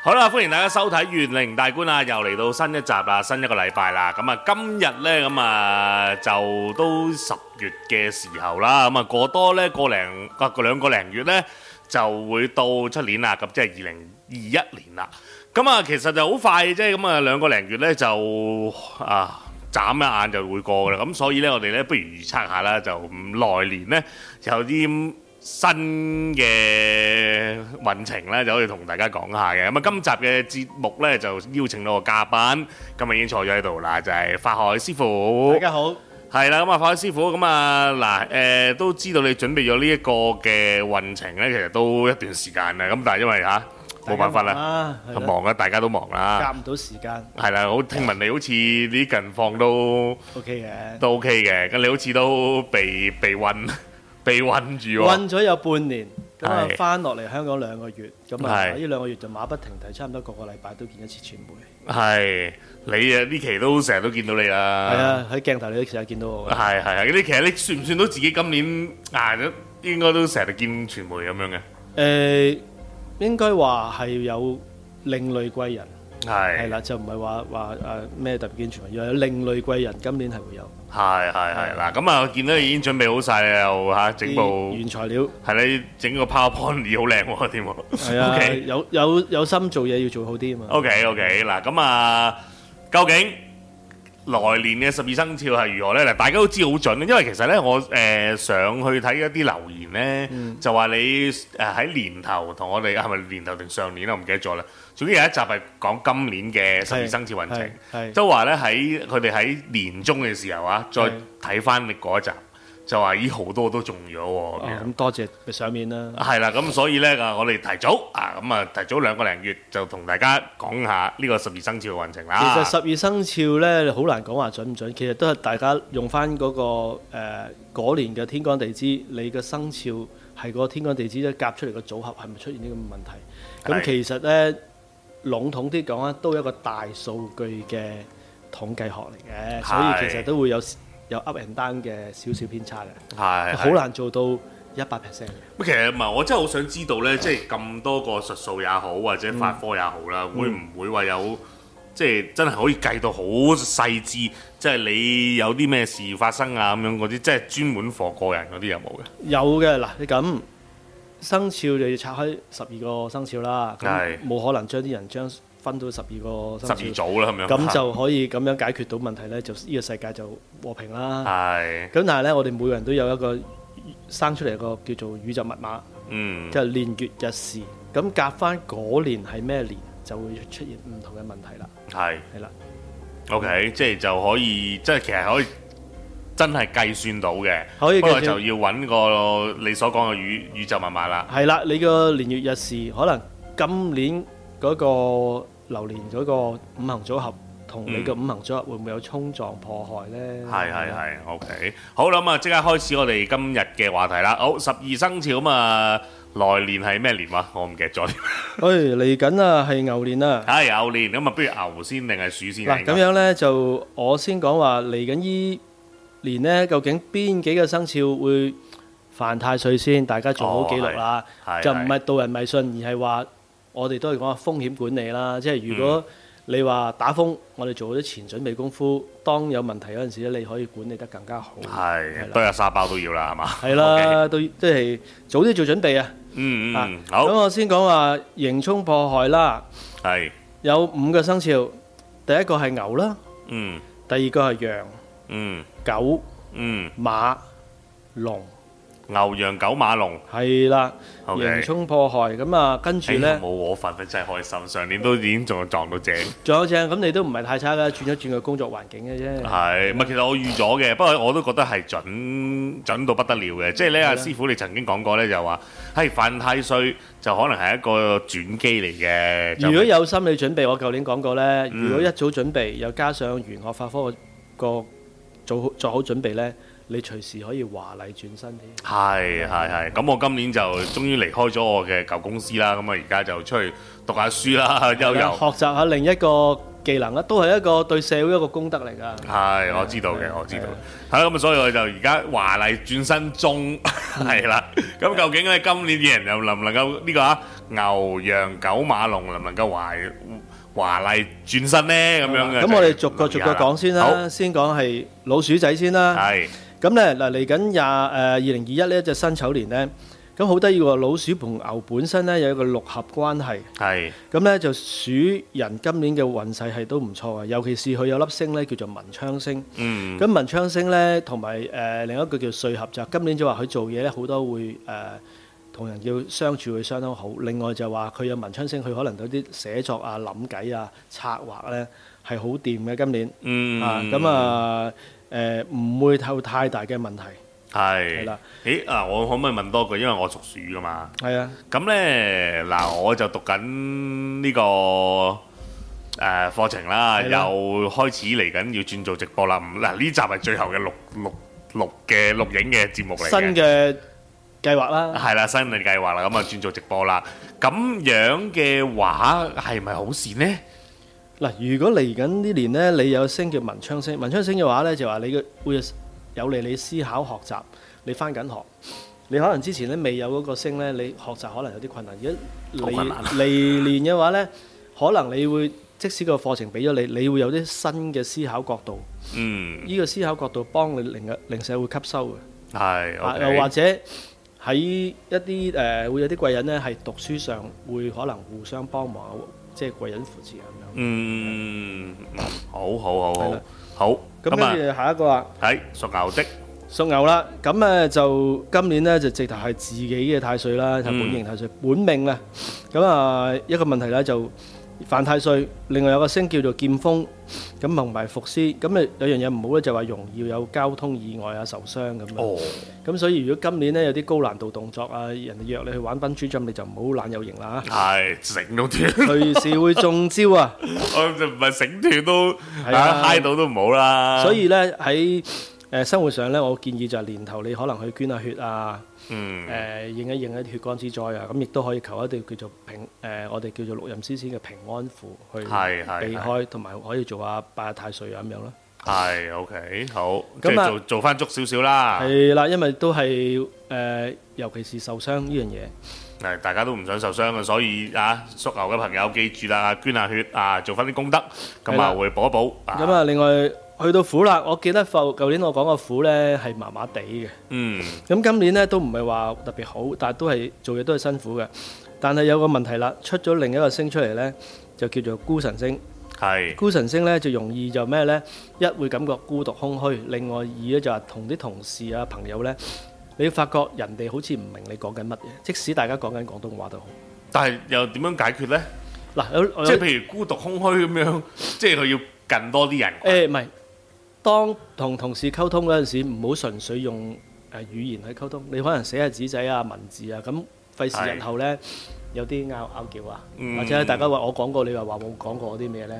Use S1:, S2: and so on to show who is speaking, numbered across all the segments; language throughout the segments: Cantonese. S1: 好啦，歡迎大家收睇《玄靈大觀》啊，又嚟到新一集啦，新一個禮拜啦。咁啊，今日呢，咁啊就都十月嘅時候啦，咁啊過多呢個零啊個兩個零月呢，就會到出年啦，咁即係二零二一年啦。咁啊，其實就好快啫，咁啊兩個零月呢，就啊〜眨一眼就會過噶啦，咁所以呢，我哋呢不如預測下啦，就來年呢，有啲新嘅運程呢，就可以同大家講下嘅。咁啊，今集嘅節目呢，就邀請到個嘉賓，今日已經坐咗喺度啦，就係、法海師傅。
S2: 大家好，
S1: 係啦，咁啊，法海師傅，咁啊嗱，誒、都知道你準備咗呢一個嘅運程呢，其實都一段時間啦。咁但係因為嚇冇辦法啦，
S2: 啦，係啦
S1: 忙啊，大家都忙啦。
S2: 夾唔到時間
S1: 係啦，好聽聞你好似呢近況都〜
S2: ，OK 嘅。
S1: 都 OK 嘅，咁你好似都被被韞 被韞住喎，
S2: 混咗有半年，咁啊
S1: 係
S2: 翻落嚟香港兩個月，咁啊
S1: 係
S2: 呢兩個月就馬不停蹄，差唔多個個禮拜都見一次傳媒。
S1: 係你啊呢期都成日都見到你啦，
S2: 係，啊，喺鏡頭你都其實見到我㗎。
S1: 係係係，你其實你算唔算到自己今年啊應該都成日見傳媒咁樣嘅，
S2: 誒，應該話係有另類貴人，
S1: 係
S2: 係啦，就唔係話話誒咩特別見傳媒，有另類貴人，今年係會有
S1: 係係係嗱，咁啊我見到你已經準備好晒啦，又嚇整
S2: 啲
S1: 部
S2: 原材料，
S1: 係你整個 PowerPoint 好靚喎添
S2: 係
S1: 喎
S2: 啊
S1: ，OK，
S2: 有有有心做嘢要做好啲啊嘛。
S1: OK OK 嗱，咁啊，究竟來年嘅十二生肖係如何呢？嗱，大家都知好準，因為其實呢，我誒、呃上去睇一啲留言呢，
S2: 嗯
S1: 就話你誒喺年頭同我哋係咪年頭定上年啊？我唔記得咗啦。總之有一集係講今年嘅十二生肖運程。
S2: 係係
S1: 都話咧喺佢哋喺年中嘅時候啊，再
S2: 係
S1: 睇翻你嗰一集，就話咦好多都中咗喎咁樣
S2: 哦咁多謝上面啦。
S1: 係啦，咁所以呢，啊我哋提早啊，咁啊提早兩個零月就同大家講下呢個十二生肖嘅運程啦。
S2: 其實十二生肖咧，好難講話準唔準，其實都係大家用翻嗰、個呃嗰、年嘅天干地支，你嘅生肖係個天干地支咧夾出嚟嘅組合係咪出現呢咁嘅問題？
S1: 係
S2: 咁其實咧籠統啲講啊，都有一個大數據嘅統計學嚟嘅，所以
S1: 係
S2: 其實都會有有 up and down 嘅少少偏差嘅，
S1: 係
S2: 好
S1: 係
S2: 難做到一百 percent 嘅。
S1: 咁其實唔係，我真係好想知道呢，即係咁多個術數也好，或者法科也好
S2: 嗯
S1: 啦，會唔會話有即係真係可以計到好細緻？即係你有啲咩事發生啊咁樣嗰啲，即係專門課個人嗰啲有冇嘅？
S2: 有嘅嗱，你咁生肖就要拆開十二個生肖啦，咁
S1: 係
S2: 冇可能將啲人將分到十二個
S1: 十二
S2: 生肖，
S1: 組啦咁樣。
S2: 咁就可以咁樣解決到問題呢，就呢個世界就和平
S1: 啊
S2: 啦。
S1: 係
S2: 咁但係呢，我哋每個人都有一個生出嚟一個叫做宇宙密碼，
S1: 嗯
S2: 就係年月日時，咁夾翻嗰年係咩年，就會出現唔同嘅問題啦，
S1: 係。
S2: 係啦。
S1: OK，即係就可以，即係其實可以真係計算到嘅。
S2: 可以計算
S1: 不過就要揾個你所講嘅宇宇宙密碼啦。
S2: 係啦，你個年月日時可能今年嗰個流年嗰個五行組合同你個五行組合會唔會有衝撞破害呢？
S1: 嗯係係係，OK。好啦，咁啊，即刻開始我哋今日嘅話題啦。好，十二生肖咁啊，來年係咩年話？我唔記得咗 添。
S2: 係。誒嚟緊啊，係牛年啊！
S1: 係牛年，咁啊，不如牛先定係鼠先啊？
S2: 嗱，咁樣呢，就我先講話嚟緊依年呢，究竟邊幾個生肖會犯太歲先？大家做好記錄啦，
S1: 哦係係
S2: 就唔係導人迷信，而係話我哋都係講下風險管理啦。即係如果
S1: 嗯
S2: 你話打風，我哋做好啲前準備功夫，當有問題嗰陣時咧，你可以管理得更加好。
S1: 係
S2: 啦
S1: 都有沙包都要啦，係嘛？
S2: 係
S1: OK，
S2: 啦，都即係早啲做準備啊！
S1: 嗯
S2: 啊
S1: 嗯，
S2: 咁
S1: 好
S2: 我先講話刑沖破害啦，
S1: 係
S2: 有五個生肖，第一個係牛啦，
S1: 嗯
S2: 第二個係羊、
S1: 嗯
S2: 狗、
S1: 嗯，
S2: 馬、龍，
S1: 牛羊狗馬龍。
S2: 係啦，
S1: OK
S2: 刑沖破害咁啊，跟住
S1: 哎呀
S2: 呢，
S1: 冇我份，真係開心。上年都已經仲撞到正。
S2: 仲有隻咁你都唔係太差噶，轉一轉個工作環境嘅啫。
S1: 係，唔係其實我預咗嘅，不過我都覺得係準準到不得了嘅。即係咧，阿
S2: 啊
S1: 師傅你曾經講過咧，就話係犯太歲就可能係一個轉機嚟嘅。就
S2: 如果有心理準備，我舊年講過呢，如果一早準備，又加上玄學法科個做好做好準備呢，你隨時可以華麗轉身添。
S1: 係係係，咁我今年就終於離開咗我嘅舊公司啦，咁啊而家就出去讀下書啦， 悠遊。
S2: 學習下另一個技能啦，都係一個對社會一個功德嚟㗎。
S1: 係，我知道
S2: 係
S1: 嘅
S2: 啊，
S1: 我知道
S2: 係啊
S1: 嘅。係啦，咁所以我就而家華麗轉身中，係啦。咁究竟咧今年嘅人又能唔能夠呢個啊牛羊九馬龍能唔能夠華華麗轉身咧？咁樣嘅
S2: 咁我哋逐個逐個講先
S1: 好
S2: 啦，啊先講係老鼠仔先啦。
S1: 係
S2: 咁咧嗱，嚟緊廿誒二零二一呢一隻辛丑年咧，咁好得意喎！老鼠同牛本身咧有一個六合關係，
S1: 係
S2: 咁咧就鼠人今年嘅運勢係都唔錯嘅，尤其是佢有粒星咧叫做文昌星。
S1: 嗯
S2: 啊咁文昌星咧同埋誒另一個叫歲合就今年就話佢做嘢咧好多會誒。同人要相處會相當好，另外就話佢有文昌星，佢可能有啲寫作啊、諗計啊、策劃咧係好掂嘅今年。
S1: 嗯
S2: 啊，咁啊，誒唔會有太大嘅問題，
S1: 係
S2: 係啦。
S1: 咦啊！我可唔可以問多句？因為我屬鼠噶嘛。
S2: 係啊，
S1: 咁咧嗱，我就讀緊呢、個誒、呃、課程啦，
S2: 係
S1: 又
S2: 啦
S1: 開始嚟緊要轉做直播啦。唔嗱呢集係最後嘅錄錄錄嘅錄影嘅節目嚟
S2: 新嘅計劃啦，
S1: 係啦，新嘅計劃啦，咁啊轉做直播啦。咁樣嘅話係咪好事呢？
S2: 嗱，如果嚟緊呢年呢，你有星叫文昌星，文昌星嘅話呢，就話你嘅會有利你思考學習，你翻緊學，你可能之前呢未有嗰個星呢，你學習可能有啲困難，而家
S1: 好困難啊
S2: 嚟嚟年嘅話呢，可能你會即使個課程俾咗你，你會有啲新嘅思考角度，
S1: 嗯，
S2: 呢、個思考角度幫你令令社會吸收嘅。
S1: 係
S2: 啊又或
S1: OK，
S2: 者喺一啲誒、呃、會有啲貴人咧，係讀書上會可能互相幫忙，即係貴人扶持咁樣。
S1: 嗯，好好好
S2: 係
S1: 好
S2: 啦
S1: 好，
S2: 咁
S1: 咁啊
S2: 跟住下一個啦，
S1: 係屬牛的，
S2: 屬牛啦。咁誒就今年咧就直頭係自己嘅太歲啦，就本
S1: 嗯
S2: 型太歲，本命啦。咁啊一個問題咧就犯太歲，另外有個星叫做劍鋒，咁同埋伏屍。咁誒有樣嘢唔好咧，就話容易有交通意外啊、受傷咁樣。
S1: 哦，，
S2: 咁所以如果今年咧有啲高難度動作啊，人哋約你去玩賓珠針，你就唔好懶有型啦
S1: 係整到斷。
S2: 隨時會中招啊！
S1: 我就唔係醒斷都
S2: 係啊
S1: 啊嗨到都唔好啦。
S2: 所以咧喺誒生活上咧，我建議就係年頭你可能去捐下血啊，誒、
S1: 嗯
S2: 應一應一血光之災啊，咁亦都可以求一啲叫做平誒、我哋叫做六壬先先嘅平安符去
S1: 係係
S2: 避開，同埋可以做下拜下太歲啊咁樣咯。
S1: 係 OK 好，即
S2: 咁
S1: 係
S2: 啊
S1: 做做翻足少少啦。
S2: 係啦，因為都係誒、尤其是受傷呢樣嘢。
S1: 係大家都唔想受傷嘅，所以啊屬牛嘅朋友記住啦，捐下血啊，做翻啲功德，咁
S2: 係
S1: 啊
S2: 啦
S1: 會補一補。啊
S2: 咁，啊，另外去到虎啦，我記得舊舊年我講個虎咧係麻麻地嘅。
S1: 嗯
S2: 咁今年咧都唔係話特別好，但係都係做嘢都係辛苦嘅。但係有個問題啦，出咗另一個星出嚟咧，就叫做孤神星。
S1: 係
S2: 孤神星咧就容易就咩咧？一會感覺孤獨空虛，另外二咧就係同啲同事啊朋友咧，你會發覺人哋好似唔明你講緊乜嘢，即使大家講緊廣東話都好。
S1: 但係又點樣解決呢？
S2: 嗱，有我有
S1: 即係譬如孤獨空虛咁樣，即係佢要近多啲人。
S2: 誒唔係，當同同事溝通嗰陣時，唔好純粹用誒語言去溝通，你可能寫下紙仔啊、文字啊，咁費事
S1: 係
S2: 日後咧有啲拗拗撬啊，
S1: 嗯
S2: 或者大家話我講過，你又話冇講過啲咩咧？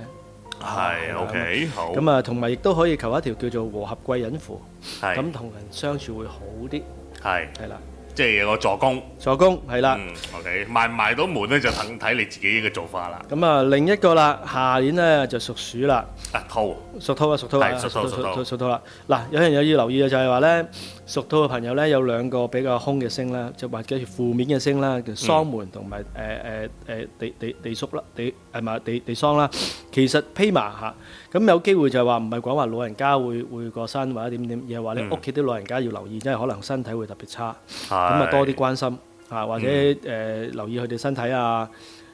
S1: 係 OK 好，
S2: 咁啊，同埋亦都可以求一條叫做和合貴人符，咁
S1: 係
S2: 同人相處會好啲，
S1: 係
S2: 係啦。
S1: 即係有個助攻。
S2: 助攻係啦，
S1: 嗯 Ừ, OK 埋唔埋到門呢，就等睇你自己嘅做法啦。
S2: 咁啊另一個啦，下年咧就屬鼠啦。
S1: 啊套。
S2: 屬兔啊，屬兔啊，
S1: 係屬兔屬兔
S2: 屬兔啦！嗱，有樣嘢要留意嘅就係話咧，屬兔嘅朋友咧有兩個比較空嘅星啦，就或者負面嘅星啦，叫喪門同埋誒誒誒地地地縮啦，地係咪地地喪啦？其實披麻嚇，咁有機會就係話唔係講話老人家會會過身或者點點，而係話你
S1: 嗯
S2: 屋企啲老人家要留意，因為可能身體會特別差。
S1: 咁
S2: 咁啊多啲關心啊，或者誒、呃
S1: 嗯
S2: 留意佢哋身體啊，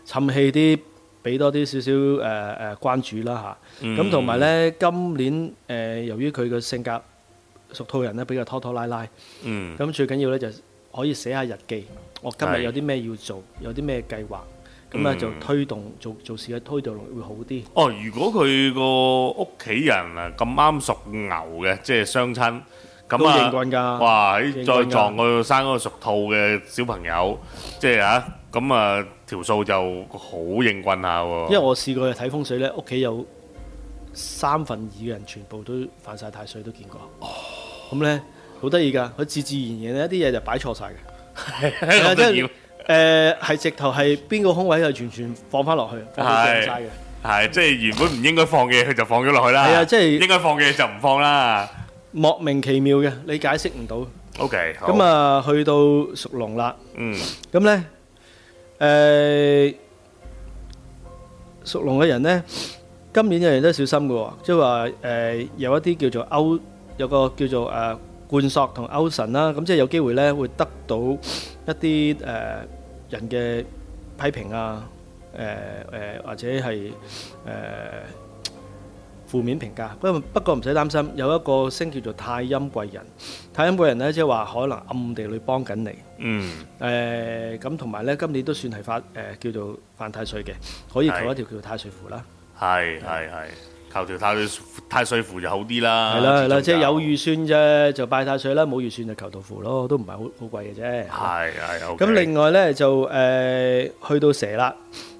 S2: 沉氣啲，俾多啲少少誒誒關注啦吓，
S1: 嗯
S2: 咁同埋咧，今年誒、呃由於佢嘅性格屬兔人咧比較拖拖拉拉，
S1: 嗯
S2: 咁最緊要咧就可以寫下日記，我今
S1: 係
S2: 日有啲咩要做，有啲咩計劃，咁咧、
S1: 嗯
S2: 就推動做做事嘅推動會好啲。
S1: 哦，如果佢個屋企人啊咁啱屬牛嘅，即係雙親，咁
S2: 都應
S1: 啊，
S2: 棍㗎
S1: 哇！
S2: 應
S1: 再
S2: 棍㗎
S1: 撞佢生嗰個屬兔嘅小朋友，即係啊，咁啊條數就好應棍下
S2: 因為
S1: 喎。
S2: 我試過睇風水咧，屋企有三分二嘅人全部都犯晒太歲，都見過。咁咧好得意㗎，佢自自然然呢一啲嘢就擺錯晒嘅。係啊
S1: 咁都要
S2: 誒係直頭係邊個空位就完全放翻落去，放到正晒嘅。
S1: 係即係原本唔應該放嘅，佢就放咗落去啦。
S2: 係啊即係
S1: 應該放嘅就唔放啦。
S2: 莫名其妙嘅，你解釋唔到。
S1: OK，好
S2: 咁，啊，去到屬龍啦，
S1: 嗯，
S2: 咁呢，誒屬龍嘅人呢，今年有人都小心嘅喎，即係話誒有一啲叫做歐，有個叫做誒冠索同歐神啦，咁即係有機會呢會得到一啲誒人嘅批評啊，誒誒或者係誒。負面評價，不過不過唔使擔心，有一個星叫做太陰貴人，太陰貴人呢，即係話可能暗地裏幫緊你，
S1: 嗯，
S2: 誒咁同埋咧，今年都算係發誒、叫做犯太歲嘅，可以求一條叫做太歲符啦，
S1: 係係係，求條太歲太歲符就好啲啦。
S2: 係啦係啦，
S1: 始
S2: 即
S1: 終
S2: 係
S1: 就
S2: 有預算啫就拜太歲啦，冇預算就求道符咯，都唔係好好貴嘅啫。
S1: 係係，OK，啊
S2: 咁另外咧就誒、去到蛇啦，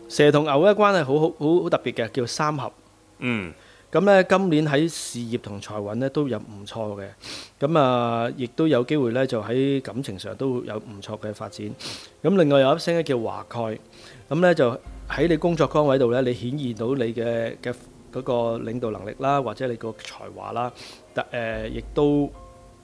S2: 蛇同牛嘅關係好好好好特別嘅，叫三合。
S1: 嗯
S2: 咁咧今年喺事業同財運咧都有唔錯嘅，咁啊亦都有機會咧就喺感情上都有唔錯嘅發展。咁另外有一聲咧叫華蓋，咁咧就喺你工作崗位度咧，你顯現到你嘅嘅嗰個領導能力啦，或者你個才華啦，但誒亦都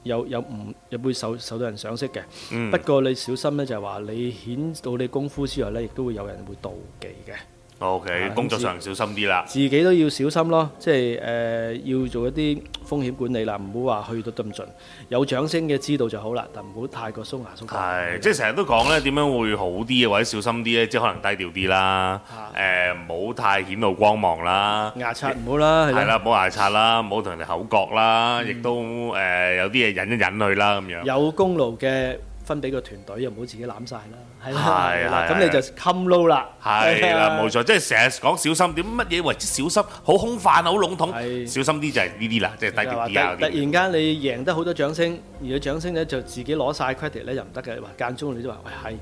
S2: 有有唔有會受受到人賞識嘅。
S1: 嗯
S2: 不，過你小心咧就係話你顯到你功夫之外咧，亦都會有人會妒忌嘅。
S1: OK，
S2: 啊
S1: 工作
S2: 咁
S1: 上小心啲啦。
S2: 自己都要小心咯，即係誒、呃要做一啲風險管理啦，唔好話去到咁盡。有掌聲嘅知道就好啦，但唔好太過鬆牙鬆
S1: 係，
S2: 腳。
S1: 即係成日都講咧，點樣會好啲或者小心啲咧？即係可能低調啲啦，
S2: 啊
S1: 誒唔好太顯露光芒啦，
S2: 牙刷唔好啦，
S1: 係
S2: 係啦。
S1: 啦，唔好牙刷啦，唔好同人哋口角啦，亦都誒有啲嘢忍一忍佢啦咁樣。
S2: 有功勞嘅分俾個團隊，又唔好自己攬晒啦。係啦，
S1: 係
S2: 係啦
S1: 係
S2: 咁你就襟撈啦。
S1: 係 啦，冇錯，即係成日講小心點，乜嘢為之小心？好空泛，好籠統，
S2: 係
S1: 小心啲就係呢啲啦，即係低
S2: 就
S1: 調
S2: 係話
S1: 啲啊
S2: 突
S1: 嗰
S2: 突
S1: 啲。
S2: 然間你贏得好多掌聲，而個掌聲咧就自己攞晒 credit 咧又唔得嘅，話間中你都話喂係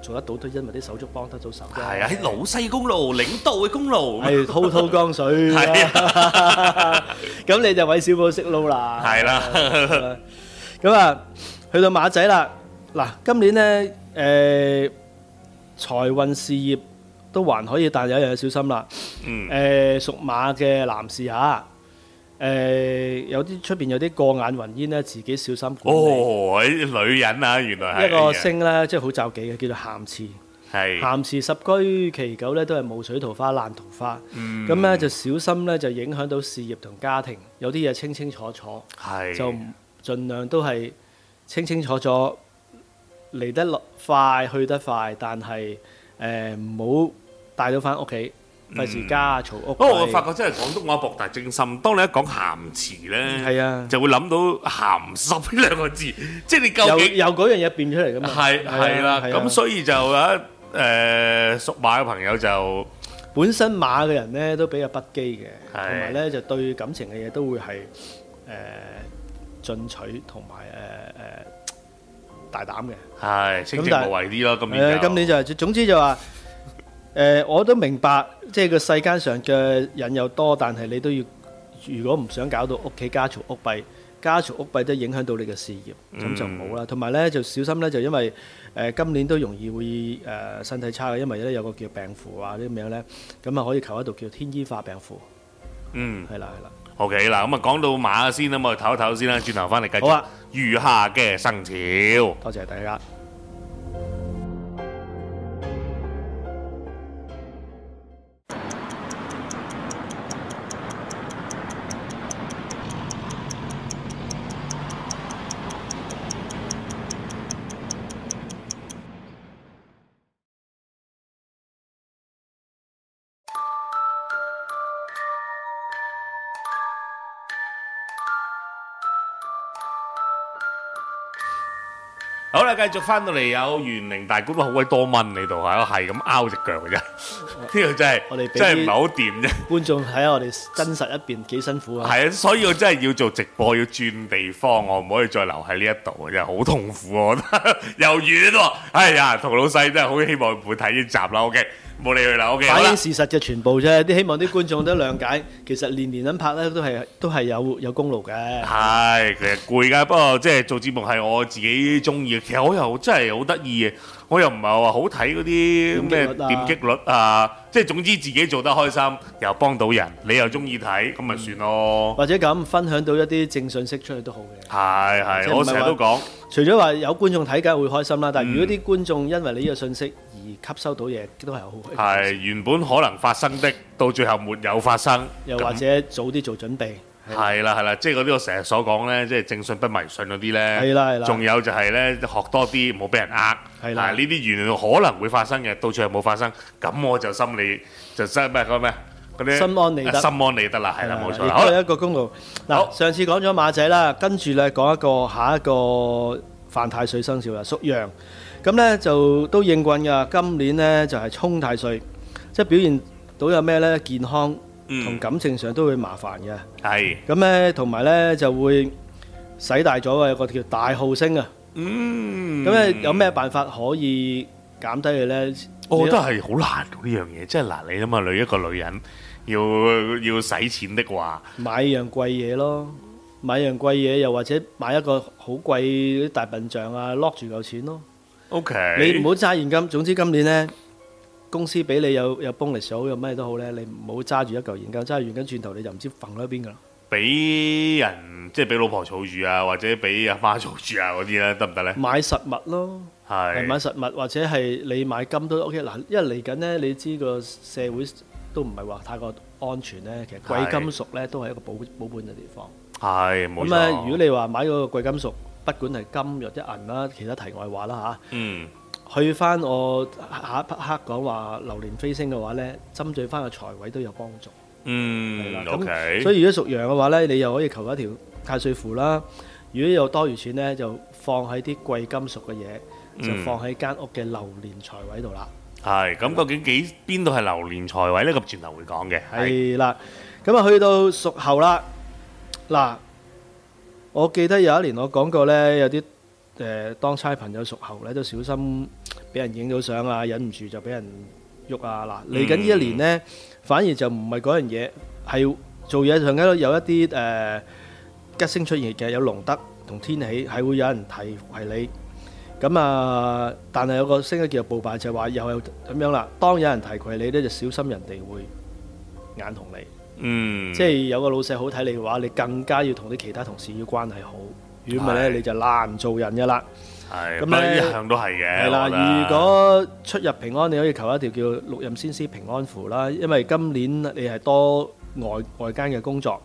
S2: 做得到都因為啲手足幫得到手啫。
S1: 係啊，喺老細功勞、領導嘅功勞，
S2: 係滔滔江水， 咁你就韋小寶識撈啦。
S1: 啊係 啦，
S2: 咁啊，去到馬仔啦，嗱，今年呢，誒財運事業都還可以，但有一樣要小心啦。
S1: 嗯
S2: 誒屬馬嘅男士嚇，誒有啲出邊有啲過眼雲煙呢，自己小心管理。
S1: 哦，啲女人啊，原來係
S2: 一個星呢，即係好罩忌嘅，叫做鹹池。
S1: 係
S2: 鹹池十居其九咧都係霧水桃花、爛桃花，
S1: 嗯
S2: 咁咧、就小心咧就影響到事業同家庭，有啲嘢清清楚楚，
S1: 係
S2: 就唔盡量都係清清楚楚，嚟得落快去得快，但係誒唔好帶到翻屋企，費事家嘈屋。
S1: 嗯不過我發覺真係廣東話博大精深，當你一講鹹池咧，
S2: 係啊
S1: 就會諗到鹹濕呢兩個字，即係你究
S2: 由
S1: 竟
S2: 由嗰樣嘢變出嚟噶嘛，
S1: 係
S2: 啊
S1: 係啦，
S2: 係啊
S1: 咁所以就啊誒屬馬嘅朋友就
S2: 本身馬嘅人咧都比較不羈嘅，同
S1: 係
S2: 埋咧就對感情嘅嘢都會係誒、呃、進取同埋誒誒大膽嘅。
S1: 係清
S2: 咁
S1: 靜
S2: 但係
S1: 無為啲咯，今
S2: 誒、
S1: 年就
S2: 今年就係、總之就話 誒、呃我都明白即係個世間上嘅人又多，但係你都要如果唔想搞到屋企家嘈屋閉，家嘈屋閉都影響到你嘅事業，咁、就唔好啦。同埋咧就小心咧，就因為誒、呃今年都容易會誒、呃身體差嘅，因為咧有個叫病符啊啲咁樣咧，咁啊可以求一度叫天醫化病符，
S1: 嗯。
S2: 係啦係啦。
S1: OK 嗱，咁啊講到馬先啦，咁我哋唞一唞先啦，轉頭翻嚟繼
S2: 好
S1: 續
S2: 啊
S1: 餘下嘅生肖。
S2: 多謝大家。
S1: 好啦，繼續翻到嚟有元靈大官，哇好鬼多蚊你度啊，係咁拗只腳嘅啫，呢個真係
S2: 我哋俾
S1: 真係唔係好掂啫。
S2: 觀眾睇下我哋真實一邊幾辛苦啊！
S1: 係啊，所以我真係要做直播，要轉地方，我唔可以再留喺呢一度啊！真係好 痛苦啊，我覺得又遠喎、哎呀，同老細真係好希望唔會睇呢集啦。OK，冇理佢啦，OK 好
S2: 反
S1: 啦
S2: 映。事實嘅全部啫，啲希望啲觀眾都諒解。其實年年咁拍咧，都係都係有有功勞嘅。
S1: 係，其實攰㗎，不過即係做節目係我自己中意嘅。其實我又真係好得意嘅，我又唔係話好睇嗰啲咩
S2: 點擊率啊
S1: 點擊率啊，即係總之自己做得開心，又幫到人，你又中意睇，咁咪算咯。
S2: 或者咁分享到一啲正信息出去都好嘅。
S1: 係係，
S2: 即係唔係
S1: 我成日都講，
S2: 除咗話有觀眾睇，梗係會開心啦。但
S1: 嗯
S2: 係如果啲觀眾因為你呢個信息而吸收到嘢，都係好開心。
S1: 係原本可能發生的，到最後沒有發生。
S2: 又
S1: 咁
S2: 或者早啲做準備。
S1: 係啦係啦，即係嗰啲我成日所講咧，即係正信不迷信嗰啲咧。
S2: 係啦係啦
S1: 仲有就係咧，學多啲，唔好俾人呃。
S2: 係啦
S1: 啊呢啲原來可能會發生嘅，到最後冇發生，咁我就心理就真咩嗰咩嗰啲
S2: 心安理得
S1: 心安理得啦，係啦，冇錯啦。
S2: 亦
S1: 好
S2: 都係
S1: 啦
S2: 一個公路。嗱，
S1: 好
S2: 上次講咗馬仔啦，跟住咧講一個下一個犯太歲生肖啦，屬羊。咁咧就都應棍㗎，今年咧就係沖太歲，即係表現到有咩咧健康同
S1: 嗯，
S2: 感情上都會麻煩嘅。
S1: 係，
S2: 咁咧同埋咧就會使大咗嘅，有個叫大耗星啊。
S1: 嗯，
S2: 咁咧有咩？辦法可以減低佢咧？
S1: 我覺得係好難㗎呢樣嘢，即係嗱，你諗下，女一個女人要要使錢的話，
S2: 買樣貴嘢咯，買樣貴嘢，又或者買一個好貴嗰啲大笨象啊，lock 住嚿錢咯。
S1: O K，
S2: 你唔好揸現金，總之今年呢，公司俾你有有 bonus 好，有咩都好呢，你唔好揸住一嚿現金，揸住現金轉頭你就唔知揈咗邊噶啦。
S1: 俾人即係俾老婆儲住啊，或者俾阿媽儲住啊嗰啲咧，得唔得咧？
S2: 買實物咯，係
S1: 係
S2: 買實物或者係你買金都 OK 嗱，因為嚟緊呢，你知個社會都唔係話太過安全呢。其實貴
S1: 係
S2: 金屬呢都係一個保保本嘅地方。
S1: 係冇
S2: 咁咧，
S1: 錯。
S2: 如果你話買嗰個貴金屬，不管係金或者銀啦，其他題外話啦
S1: 嗯
S2: 嚇，去翻我下一刻講話流年飛升嘅話咧，針對翻個財位都有幫助。係
S1: 嗯
S2: 啦咁
S1: ，OK，
S2: 所以如果屬羊嘅話咧，你又可以求一條太歲符啦。如果有多餘錢咧，就放喺啲貴金屬嘅嘢，就
S1: 嗯
S2: 放喺間屋嘅流年財位度啦。
S1: 係咁，究竟幾邊度係流年財位咧？咁轉頭會講嘅，係
S2: 係啦，咁啊去到屬猴啦，嗱，我記得有一年我講過呢，有啲誒、呃、當差朋友屬猴呢，都小心俾人影到相
S1: 嗯
S2: 啊，忍唔住就俾人喐啊，嗱，嚟緊呢一年呢，反而就唔係嗰樣嘢，係做嘢上緊有一啲誒、呃吉星出現嘅，有龍德同天喜，係會有人提携你。咁啊，但係有個星咧叫做暴敗，就係話又有咁樣啦。當有人提携你呢，就小心人哋會眼同你，
S1: 嗯，
S2: 即係有個老細好睇你嘅話，你更加要同啲其他同事要關係好，如果唔係咧
S1: 係
S2: 你就難做人嘅啦。
S1: 係
S2: 咁
S1: 咁咧，
S2: 咧
S1: 一向都係嘅。
S2: 係啦，
S1: 我覺得
S2: 如果出入平安，你可以求一條叫六壬先師平安符啦，因為今年你係多外外間嘅工作，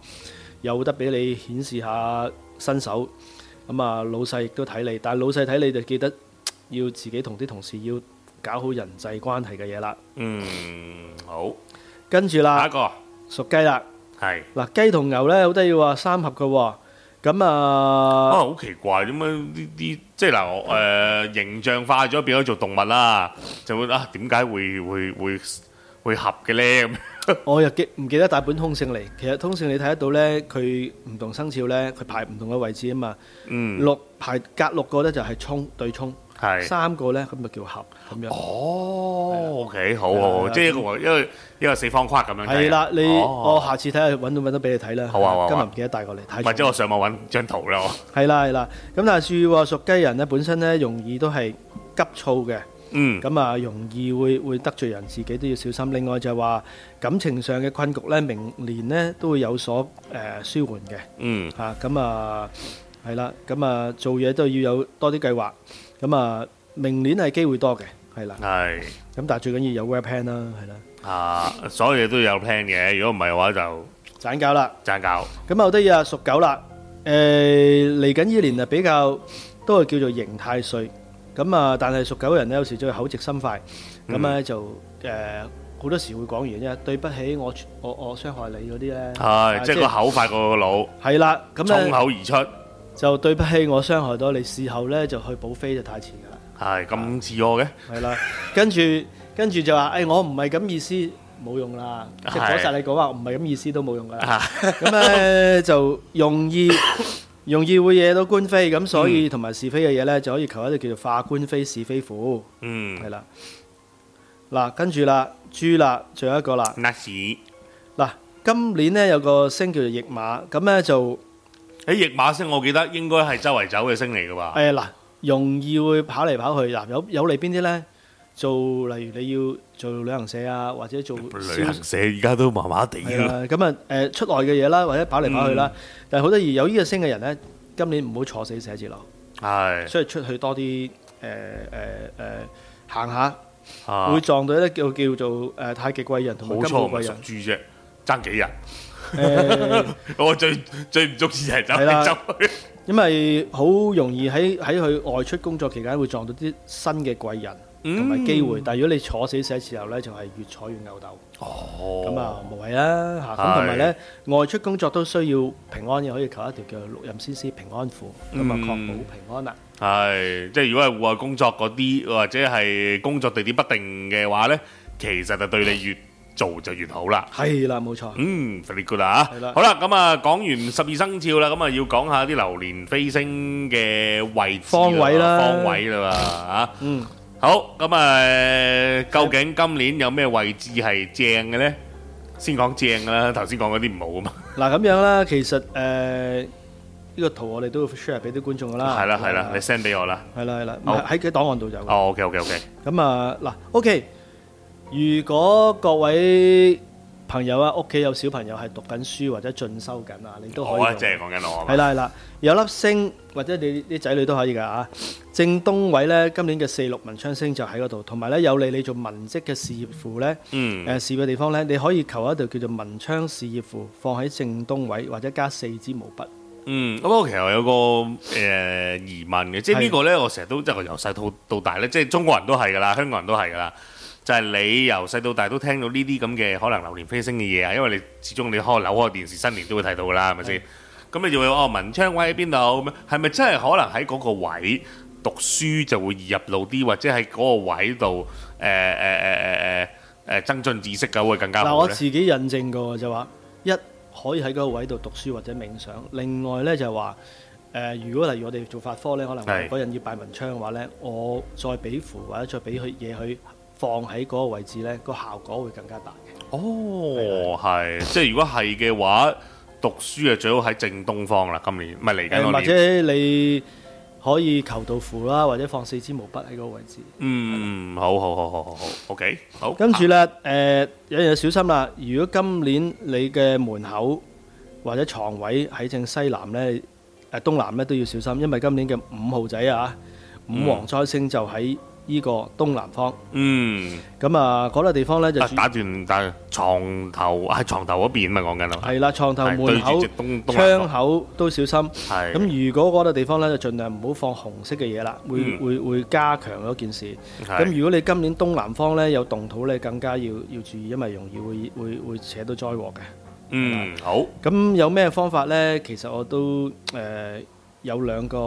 S2: 有得俾你顯示下身手，咁啊老細亦都睇你，但係老細睇你就記得要自己同啲同事要搞好人際關係嘅嘢啦。
S1: 嗯好，
S2: 跟
S1: 下一
S2: 住啦，
S1: 個
S2: 屬雞啦。
S1: 係
S2: 嗱，雞同牛咧好得意喎，三合嘅喎。咁
S1: 啊，
S2: 啊，
S1: 好奇怪點解呢啲即係嗱，我誒形象化咗變咗做動物啦，就會啊點解會會會會合嘅咧咁？
S2: 我又記唔記得大本通勝嚟？其實通勝你睇得到咧，佢唔同生肖咧，佢排唔同嘅位置啊嘛。
S1: 嗯，
S2: 六排隔六個咧就係衝對衝，
S1: 係。
S2: 三個咧咁就叫合咁樣。
S1: 哦，OK，好
S2: 係啦
S1: 好，好
S2: 係啦
S1: 即係一個一個一個四方框咁樣睇。
S2: 係啦，你
S1: 哦
S2: 我下次睇下揾到揾到俾你睇啦。
S1: 好啊好啊
S2: 今日
S1: 好啊
S2: 唔記得帶過嚟睇。
S1: 或者我上網揾張圖啦，我
S2: 係啦係啦，咁但係注意喎，屬雞人咧本身咧容易都係急躁嘅。
S1: 嗯
S2: 咁啊，容易會會得罪人，自己都要小心。另外就係話感情上嘅困局咧，明年咧都會有所誒、呃舒緩嘅
S1: 嗯
S2: 嚇。咁啊係啦，咁啊做嘢都要有多啲計劃。咁啊，明年係機會多嘅，係啦。
S1: 係
S2: 咁但係最緊要有 w e b plan 啦，係啦，
S1: 啊，所有嘢都有 plan 嘅，如果唔係嘅話就
S2: 斬搞啦。
S1: 爭搞。
S2: 咁啊，好得意啊，屬狗啦。誒嚟緊呢年啊，比較都係叫做刑太歲。咁啊，但係屬狗嘅人咧，有時就會口直心快，咁
S1: 嗯
S2: 咧就誒好多時會講完啫。對不起，我我我傷害你嗰啲咧，啊
S1: 係，即係個口快過個腦，
S2: 係啦。咁
S1: 衝
S2: 咧
S1: 口而出。
S2: 就對不起，我傷害到你，事後咧就去補飛就太遲㗎啦。
S1: 係咁自我嘅，
S2: 係啦，跟住跟住就話：，誒、哎我唔係咁意思，冇用啦，即係
S1: 係
S2: 阻曬你講話，唔係咁意思都冇用噶
S1: 啊
S2: 啦。咁咧就容易容易會惹到官非，咁所
S1: 嗯
S2: 以同埋是非嘅嘢咧，就可以求一啲叫做化官非是非符，
S1: 嗯，
S2: 係啦。嗱，跟住啦，豬啦，仲有一個啦。
S1: 呃屎。
S2: 嗱，今年咧有個星叫做逆馬，咁咧就
S1: 喺逆馬星，我記得應該係周圍走嘅星嚟嘅吧？
S2: 誒嗱，容易會跑嚟跑去。嗱，有有利邊啲咧？做例如你要做旅行社啊，或者做
S1: 旅行社而家都麻麻地
S2: 係
S1: 啦。嗯
S2: 啦，咁啊誒出外嘅嘢啦，或者跑嚟跑去啦。但係好得意，有呢個星嘅人咧，今年唔好坐死寫字樓，
S1: 係
S2: 所以出去多啲誒誒誒行下，
S1: 啊
S2: 會，撞到一啲叫叫做誒太極貴人同
S1: 好
S2: 埋金
S1: 彩
S2: 寶
S1: 我唔
S2: 貴
S1: 係屬
S2: 人。
S1: 豬啫，爭幾日。
S2: 誒
S1: 我最最唔中意就係走
S2: 係啦
S1: 嚟走去。
S2: 因為好容易喺喺佢外出工作期間會撞到啲新嘅貴人同埋機會，但係如果你坐死寫字樓咧，就係越坐越牛鬥，
S1: 哦，
S2: 咁啊無謂啦嚇。咁同埋咧，外出工作都需要平安嘅，可以求一條叫六壬先師平安符，咁啊確保平安啦。
S1: 係，即係如果係户外工作嗰啲，或者係工作地點不定嘅話呢，其實就對你越做就越好啦。
S2: 係啦，冇錯。
S1: 嗯，very good 啊
S2: 係啦！
S1: 好啦，咁啊講完十二生肖啦，咁啊要講下啲流年飛星嘅位置
S2: 方位啦
S1: 方位啦嘛啊！
S2: 嗯，
S1: 好，咁啊究竟今年有咩位置係正嘅呢？先講正㗎啦，頭先講嗰啲唔好啊
S2: 嗱咁樣啦，其實誒呢個圖我哋都會 share 俾啲觀眾噶啦。
S1: 嘛，係啦係啦，你 send 俾我啦。
S2: 係啦係啦，唔
S1: 好
S2: 係喺喺檔案度有嘅。
S1: 哦，OK OK OK，
S2: 咁啊嗱，OK，如果各位朋友啊，屋企有小朋友係讀緊書或者進修緊啊，你都可以
S1: 我啊
S2: 用。
S1: 即係講緊我啊
S2: 係
S1: 嘛，
S2: 啦係啦，有粒星或者你啲仔女都可以㗎啊。正東位咧，今年嘅四六文昌星就喺嗰度，同埋咧有利你做文職嘅事業符咧，誒、
S1: 嗯
S2: 事業嘅地方咧，你可以求一條叫做文昌事業符，放喺正東位或者加四支毛筆。
S1: 嗯，咁我其實有個誒疑問嘅，即係呢個咧，我成日都即係我由細到到大咧，即係中國人都係噶啦，香港人都係噶啦，就係你由細到大都聽到呢啲咁嘅可能流年飛星嘅嘢啊，因為你始終你開扭開電視新年都會睇到噶啦，係咪先？咁你就會哦文昌位喺邊度咁樣，係咪真係可能喺嗰個位讀書就會易入腦啲，或者喺嗰個位度呃誒誒誒誒誒誒呃增進知識嘅會更加
S2: 嗱，
S1: 好
S2: 我
S1: 咧？
S2: 自己印證過就話，一可以喺嗰個位度讀書或者冥想，另外咧就係話，誒、如果例如我哋做法科咧，可能
S1: 係
S2: 嗰人要拜文昌嘅話咧，我再俾符或者再俾佢嘢佢放喺嗰個位置咧，個效果會更加大嘅。
S1: 哦，係，即係如果係嘅話，讀書啊最好喺正東方啦。今年唔係嚟緊
S2: 誒或
S1: 嗰年，
S2: 者你可以求到符啦，或者放四支毛筆喺嗰個位置。
S1: 嗯，好好好好好好，OK，好。
S2: 跟住咧，誒、有樣嘢小心啦。如果今年你嘅門口或者床位喺正西南咧，誒、東南咧都要小心，因為今年嘅五號仔啊，五黃災星就喺呢個東南方。
S1: 嗯，
S2: 咁啊，嗰、個地方咧就
S1: 啊
S2: 主
S1: 打斷打斷床頭係床頭嗰邊咪講緊啦，
S2: 係啦，床頭、
S1: 係對
S2: 門
S1: 住
S2: 口
S1: 隻、東東南
S2: 窗
S1: 方
S2: 口都小心。
S1: 係咁
S2: 咁如果嗰個地方咧，就盡量唔好放紅色嘅嘢啦，會、
S1: 嗯
S2: 會會加強嗰件事。咁
S1: 係
S2: 如果你今年東南方咧有動土咧，更加要要注意，因為容易會會會扯到災禍嘅。
S1: 嗯好
S2: 咁有咩方法呢？其實我都誒、呃有兩個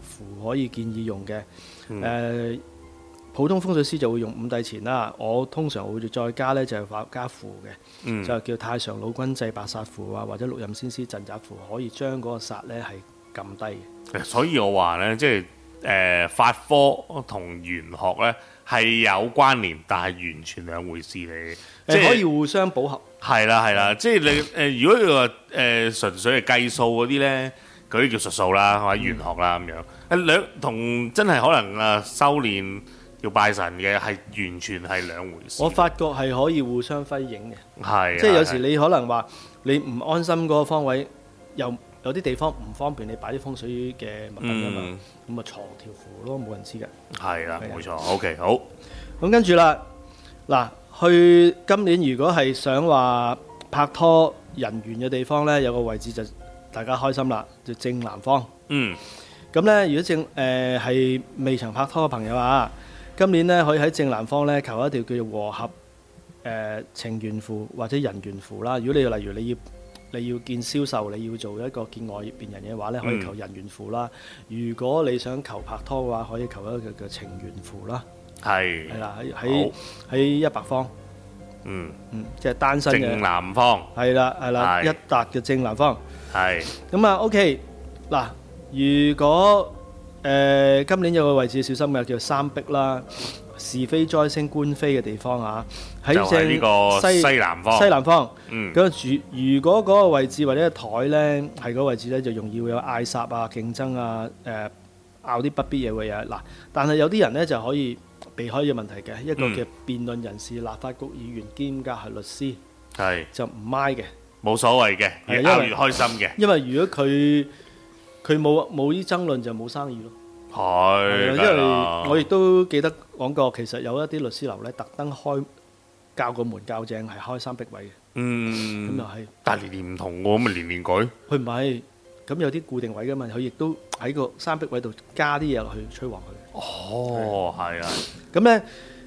S2: 符可以建議用嘅。誒、
S1: 嗯
S2: 普通風水師就會用五帝錢啦，我通常會再加呢，就係話加符嘅，
S1: 嗯
S2: 就叫太上老君制白煞符啊，或者六壬先師鎮宅符，可以將嗰個煞呢係撳低嘅。
S1: 所以我話咧，即係誒、呃、法科同玄學咧係有關聯，但係完全兩回事嚟嘅，即
S2: 誒
S1: 係
S2: 可以互相補合。
S1: 係啦係啦，即係你誒、呃如果你話誒、呃、純粹係計數嗰啲咧，嗰啲叫術數啦，或者玄學啦咁樣。誒兩同真係可能啊修練要拜神嘅係完全係兩回事。
S2: 我發覺係可以互相輝映嘅。
S1: 係啊
S2: 即係有時你可能話你唔安心嗰個方位，又有啲地方唔方便你擺啲風水嘅物品啊嘛，咁
S1: 嗯
S2: 啊、藏條符咯，冇人知嘅。
S1: 係啦，
S2: 係啊
S1: 冇錯。OK，好
S2: 咁跟住啦，嗱，去今年如果係想話拍拖人緣嘅地方呢，有個位置就大家開心啦，就正南方。
S1: 嗯
S2: 咁呢，如果正誒係、未曾拍拖嘅朋友啊，今年呢可以喺正南方呢求一條叫做和合誒、呃情緣符或者人緣符啦。如果你例如你要你要見銷售，你要做一個見外邊人嘅話呢，可
S1: 嗯
S2: 以求人緣符啦。如果你想求拍拖嘅話，可以求一個叫情緣符啦。
S1: 係
S2: 係啦，喺喺喺一百方，
S1: 嗯
S2: 嗯，即係單身
S1: 正
S2: 嘅，
S1: 南方
S2: 係啦係啦，
S1: 係
S2: 一笪嘅正南方。
S1: 係
S2: 咁啊，OK，嗱，如果誒、呃今年有個位置小心嘅叫三碧啦，是非災星官非嘅地方啊，喺
S1: 就係呢個
S2: 正西
S1: 西南方
S2: 西南方。
S1: 嗯
S2: 咁啊如如果嗰個位置或者個台呢，係嗰個位置呢，就容易會有嗌殺啊、競爭啊、誒拗啲不必嘢嘅嘢。嗱，但係有啲人呢，就可以避開呢個問題嘅，一個
S1: 嗯
S2: 嘅辯論人士、立法局議員兼夾係律師
S1: 係
S2: 就唔咪嘅，
S1: 冇所謂嘅，
S2: 係
S1: 越
S2: 因
S1: 拗
S2: 為
S1: 越開心嘅，
S2: 因為如果佢佢冇冇呢爭論就冇生意咯。
S1: 係
S2: 係啊
S1: 梗
S2: 因
S1: 係
S2: 為
S1: 啦
S2: 我亦都記得講過，其實有一啲律師樓呢，特登開教個門教正係開三壁位嘅，咁
S1: 嗯
S2: 又，係。
S1: 但係年年唔同喎，咁咪年年改。
S2: 佢唔係，咁有啲固定位噶嘛，佢亦都喺個三壁位度加啲嘢落去吹旺佢。
S1: 哦，係啊，
S2: 咁咧，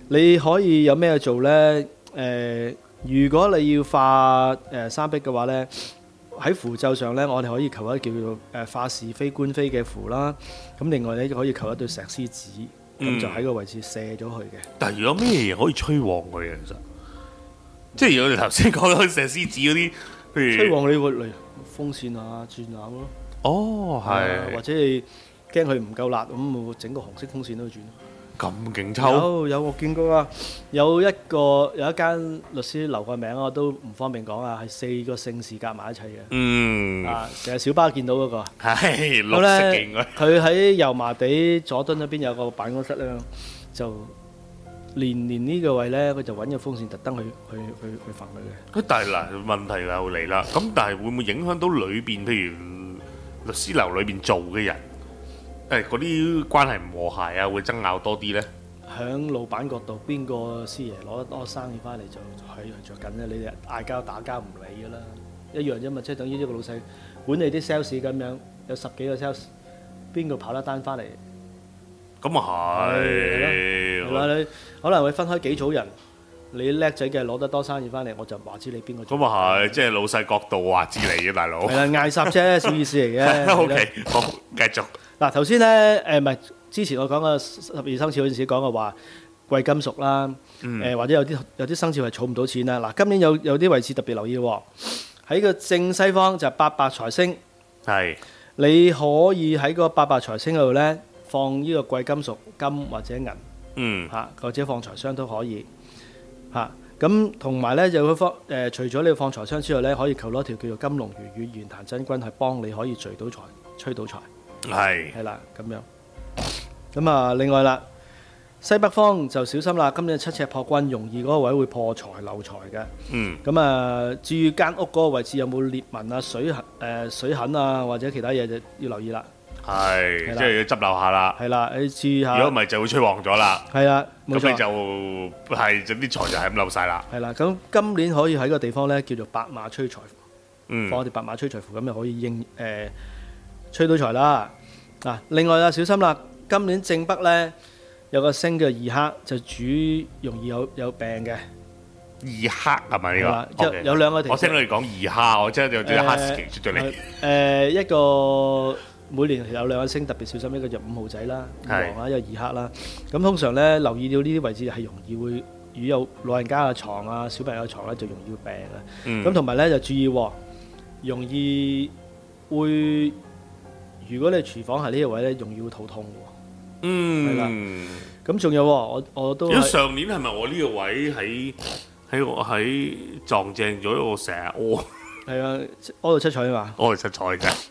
S2: 你可以有咩做咧？誒、如果你要化誒、呃三壁嘅話咧，喺符咒上咧，我哋可以求一叫做誒化是非官非嘅符啦。咁另外咧，可以求一對石獅子，咁、
S1: 嗯
S2: 就喺個位置射咗佢嘅。
S1: 但係如果咩嘢可以吹旺佢啊？其實，即係如果你頭先講到石獅子嗰啲，譬
S2: 吹
S1: 如
S2: 旺你會嚟風扇啊、轉籃咯，
S1: 哦，
S2: 啊或
S1: 係
S2: 者你驚佢唔夠辣，咁咪整個紅色風扇都去轉咯。
S1: 咁勁抽，
S2: 有有我見過啊，有一個有一間律師樓個名我都唔方便講啊，係四個姓氏夾埋一齊嘅。
S1: 嗯，
S2: 啊，成日小巴見到嗰、個。
S1: 係綠色
S2: 咁
S1: 勁
S2: 咧
S1: 嘅，，
S2: 佢喺油麻地佐敦嗰邊有個辦公室咧，就年年呢個位咧，佢就揾個風扇特登去去去去焚佢嘅。
S1: 咁但係嗱問題又嚟啦，咁但係會唔會影響到裏邊譬如律師樓裏邊做嘅人，誒嗰啲關係唔和諧啊，會爭拗多啲咧？
S2: 響老闆角度，邊個師爺攞得多生意翻嚟就喺度着緊咧？你哋嗌交打交唔理噶啦，一樣啫嘛，即係等於一個老細管理啲 sales 咁樣，有十幾個 sales，邊個跑得單翻嚟？
S1: 咁啊係，
S2: 係啦，你可能會分開幾組人，你叻仔嘅攞得多生意翻嚟，我就話知你邊個做。
S1: 咁啊係，即係老細角度話知你嘅大佬。
S2: 係啦，嗌霎啫，小意思 嚟嘅。
S1: O
S2: 係啦
S1: K，好，繼續。
S2: 嗱，頭先咧，誒唔係之前我講嘅十二生肖嗰陣時講嘅話，貴金屬啦，誒、或者有啲有啲生肖係儲唔到錢啦。嗱，今年有有啲位置特別留意喎，喺個正西方就係八白財星，
S1: 係
S2: 你可以喺個八白財星嗰度咧放呢個貴金屬金或者銀嚇、
S1: 嗯
S2: 或者放財箱都可以嚇。咁同埋咧，就會放誒、呃除咗你放財箱之外咧，可以求多條叫做金龍魚與玄壇真君，係幫你可以聚到財、吹到財。
S1: 係
S2: 係啦，咁樣。咁啊，另外啦，西北方就小心啦，今年七尺破軍，容易嗰個位會破財漏財嘅。
S1: 嗯
S2: 咁啊，至於間屋嗰個位置有冇裂紋啊、水痕誒、水痕啊，或者其他嘢就要留意啦。
S1: 係，
S2: 係啦
S1: 即係要執漏下啦。
S2: 係啦，你注意下。
S1: 如果唔係就會吹旺咗啦。
S2: 係啦，冇
S1: 咁你
S2: 錯。
S1: 就係就啲財就係咁漏晒啦。
S2: 係啦，咁今年可以喺個地方咧叫做白馬催財符
S1: 嗯
S2: 放我哋白馬催財符，咁就可以應誒、呃催到財啦。啊，另外啊，小心啦！今年正北咧有個星嘅二黑，就主容易有有病嘅。
S1: 二黑係咪
S2: 係啦
S1: 呢個
S2: 有
S1: OK？
S2: 有兩個地
S1: 我聽到你講二蝦，我真係有啲黑時期出咗嚟。
S2: 誒呃一個每年有兩個星特別小心，一個就五號仔啦、五
S1: 係
S2: 黃啦，一個二黑啦。咁通常咧留意到呢啲位置係容易會如有老人家嘅床啊、小朋友嘅床咧就容易會病啊。
S1: 嗯
S2: 咁同埋咧就注意喎，容易會如果你廚房係呢個位咧，容易會肚痛嘅係啦
S1: 嗯，
S2: 喎。咁仲有喎，我我都
S1: 如果
S2: 係
S1: 上年係咪我呢個位喺喺我喺撞正咗我成日屙
S2: 係啊，屙到七彩啊嘛。
S1: 屙嚟七彩嘅？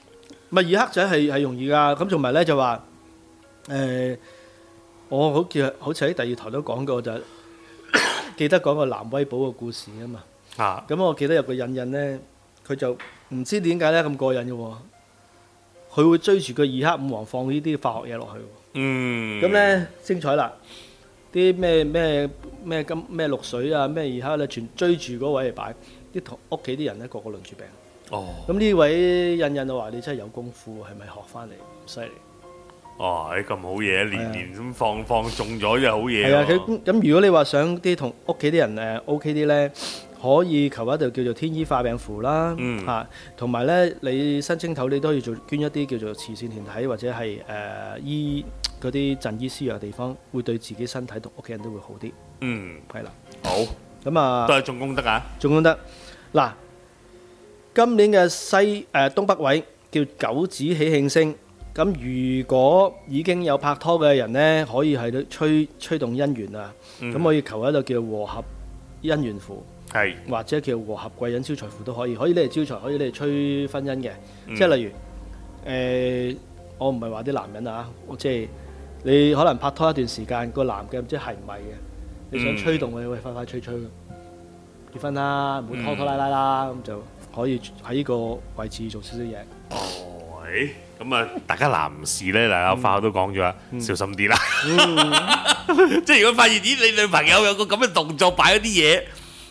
S2: 唔係二黑仔係係容易㗎，咁同埋咧就話誒、我好似好似喺第二台都講過就係記得講個南威寶嘅故事啊嘛。
S1: 啊
S2: 咁我記得有個印印咧，佢就唔知點解咧咁過癮嘅喎，佢會追住個二黑五黃放呢啲化學嘢落去喎。
S1: 嗯，
S2: 咁咧精彩啦！啲咩咩咩金咩綠水啊咩二黑咧，全追住嗰位嚟擺，啲同屋企啲人咧個個輪住病。
S1: 哦。
S2: 咁呢位印印就話：你真係有功夫，係咪學翻嚟？唔犀利。
S1: 哦，你咁好嘢，
S2: 係
S1: 年
S2: 啊
S1: 年咁放放中咗就好嘢
S2: 係啊，
S1: 喎。
S2: 佢咁如果你話想啲同屋企啲人誒 OK 啲咧，可以求一條叫做天醫化病符啦
S1: 嗯，
S2: 嚇、同埋咧你新正頭你都要做捐一啲叫做慈善團體或者係誒、呃醫嗰啲贈醫施藥嘅地方，會對自己身體同屋企人都會好啲，
S1: 嗯，
S2: 係啦。
S1: 好，
S2: 咁啊
S1: 都，係種功德啊。
S2: 仲講得嗱，今年嘅西誒、呃、東北位叫九子喜慶星，咁如果已經有拍拖嘅人呢，可以係吹吹動姻緣啊，咁、可以求一個叫和合姻緣符，
S1: 係
S2: 或者叫和合貴人招財符都可以，可以你嚟招財，可以你嚟催婚姻嘅，即係例如誒、我唔係話啲男人啊，我即係你可能拍拖一段時間，個男嘅唔知係唔係嘅，你想
S1: 嗯
S2: 吹動佢，喂快快催催結婚啦，唔好拖拖拉拉啦，咁、就可以喺呢個位置做少少嘢。
S1: 哦，誒咁啊，大家男士咧，嗱，阿花都講咗啦，小心啲啦。 即係如果發現咦，你女朋友有個咁嘅動作，擺咗啲嘢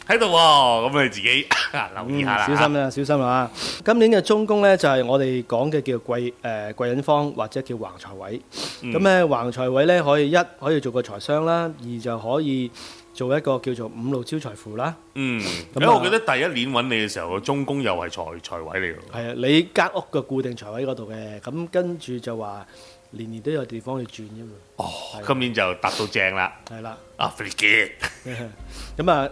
S1: 喺度喎，咁你自 己留意下啦。啊
S2: 嗯小心啦，小心啦！今年嘅中宮呢，就係、我哋講嘅叫貴誒、呃、貴人方或者叫橫財位。
S1: 嗯
S2: 咁咧、橫財位呢，可以一可以做個財商啦，二就可以做一個叫做五路招財符啦。
S1: 嗯，因
S2: 咁
S1: 為
S2: 啊
S1: 我記得第一年揾你嘅時候，個中宮又係財財位嚟嘅喎。
S2: 係啊，你間屋嘅固定財位嗰度嘅，咁跟住就話年年都有地方去轉啫嘛。
S1: 哦，今年就達到正啦。
S2: 係啦，
S1: 啊 f r e e
S2: 咁啊，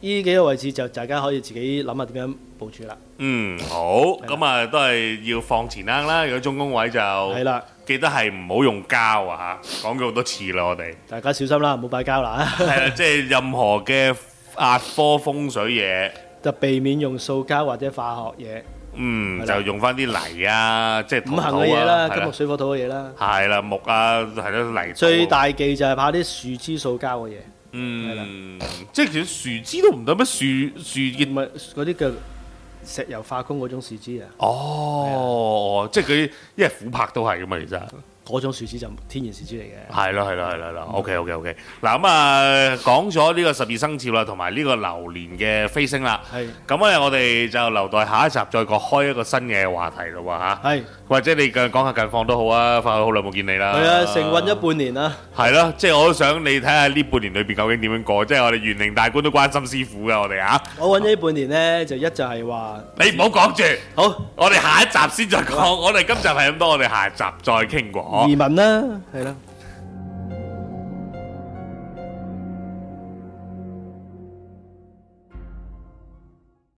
S2: 呢幾個位置就大家可以自己諗下點樣部署啦。
S1: 嗯，好，
S2: 係啦
S1: 咁啊都係要放前坑啦。如果中宮位
S2: 係
S1: 就
S2: 啦，
S1: 記得係唔好用膠啊嚇，講咗好多次啦，我哋。
S2: 大家小心啦，唔好擺交啦，啊
S1: 係啦，即係任何嘅壓科風水嘢，
S2: 就避免用塑膠或者化學嘢。
S1: 嗯，
S2: 係啦
S1: 就用翻啲泥啊，即係
S2: 五
S1: 土
S2: 行嘅
S1: 土
S2: 嘢
S1: 啊
S2: 啦，
S1: 係
S2: 金
S1: 啦
S2: 木，水火土嘅嘢啦。
S1: 係啦，木啊，係咯，泥土啊。
S2: 最大忌就係怕啲樹枝塑膠嘅嘢，
S1: 嗯，即係其實樹枝都唔得咩？樹樹
S2: 唔
S1: 葉
S2: 係嗰啲嘅石油化工嗰種樹枝啊，
S1: 哦，即係佢因為琥珀都係噶嘛，其實
S2: 嗰種樹枝就天然樹枝嚟嘅。
S1: 係啦，係啦，係啦，係啦。OK OK OK。嗱咁啊，講咗呢個十二生肖啦，同埋呢個流年嘅飛星啦。
S2: 係
S1: 咁咧，我哋就留待下一集再講開一個新嘅話題咯喎嚇。
S2: 係
S1: 或者你嘅講下近況都好啊，發好耐冇見你啦。
S2: 係啊，成運咗半年啦，
S1: 係咯，即係我都想你睇下呢半年裏邊究竟點樣過，即係我哋元寧大官都關心師傅噶，我哋啊，
S2: 我揾咗呢半年呢，就一就係話
S1: 你唔好講住，
S2: 好
S1: 我哋下一集先再講，我哋今集係咁多，我哋下一集再傾過。
S2: 移民啦，係啦，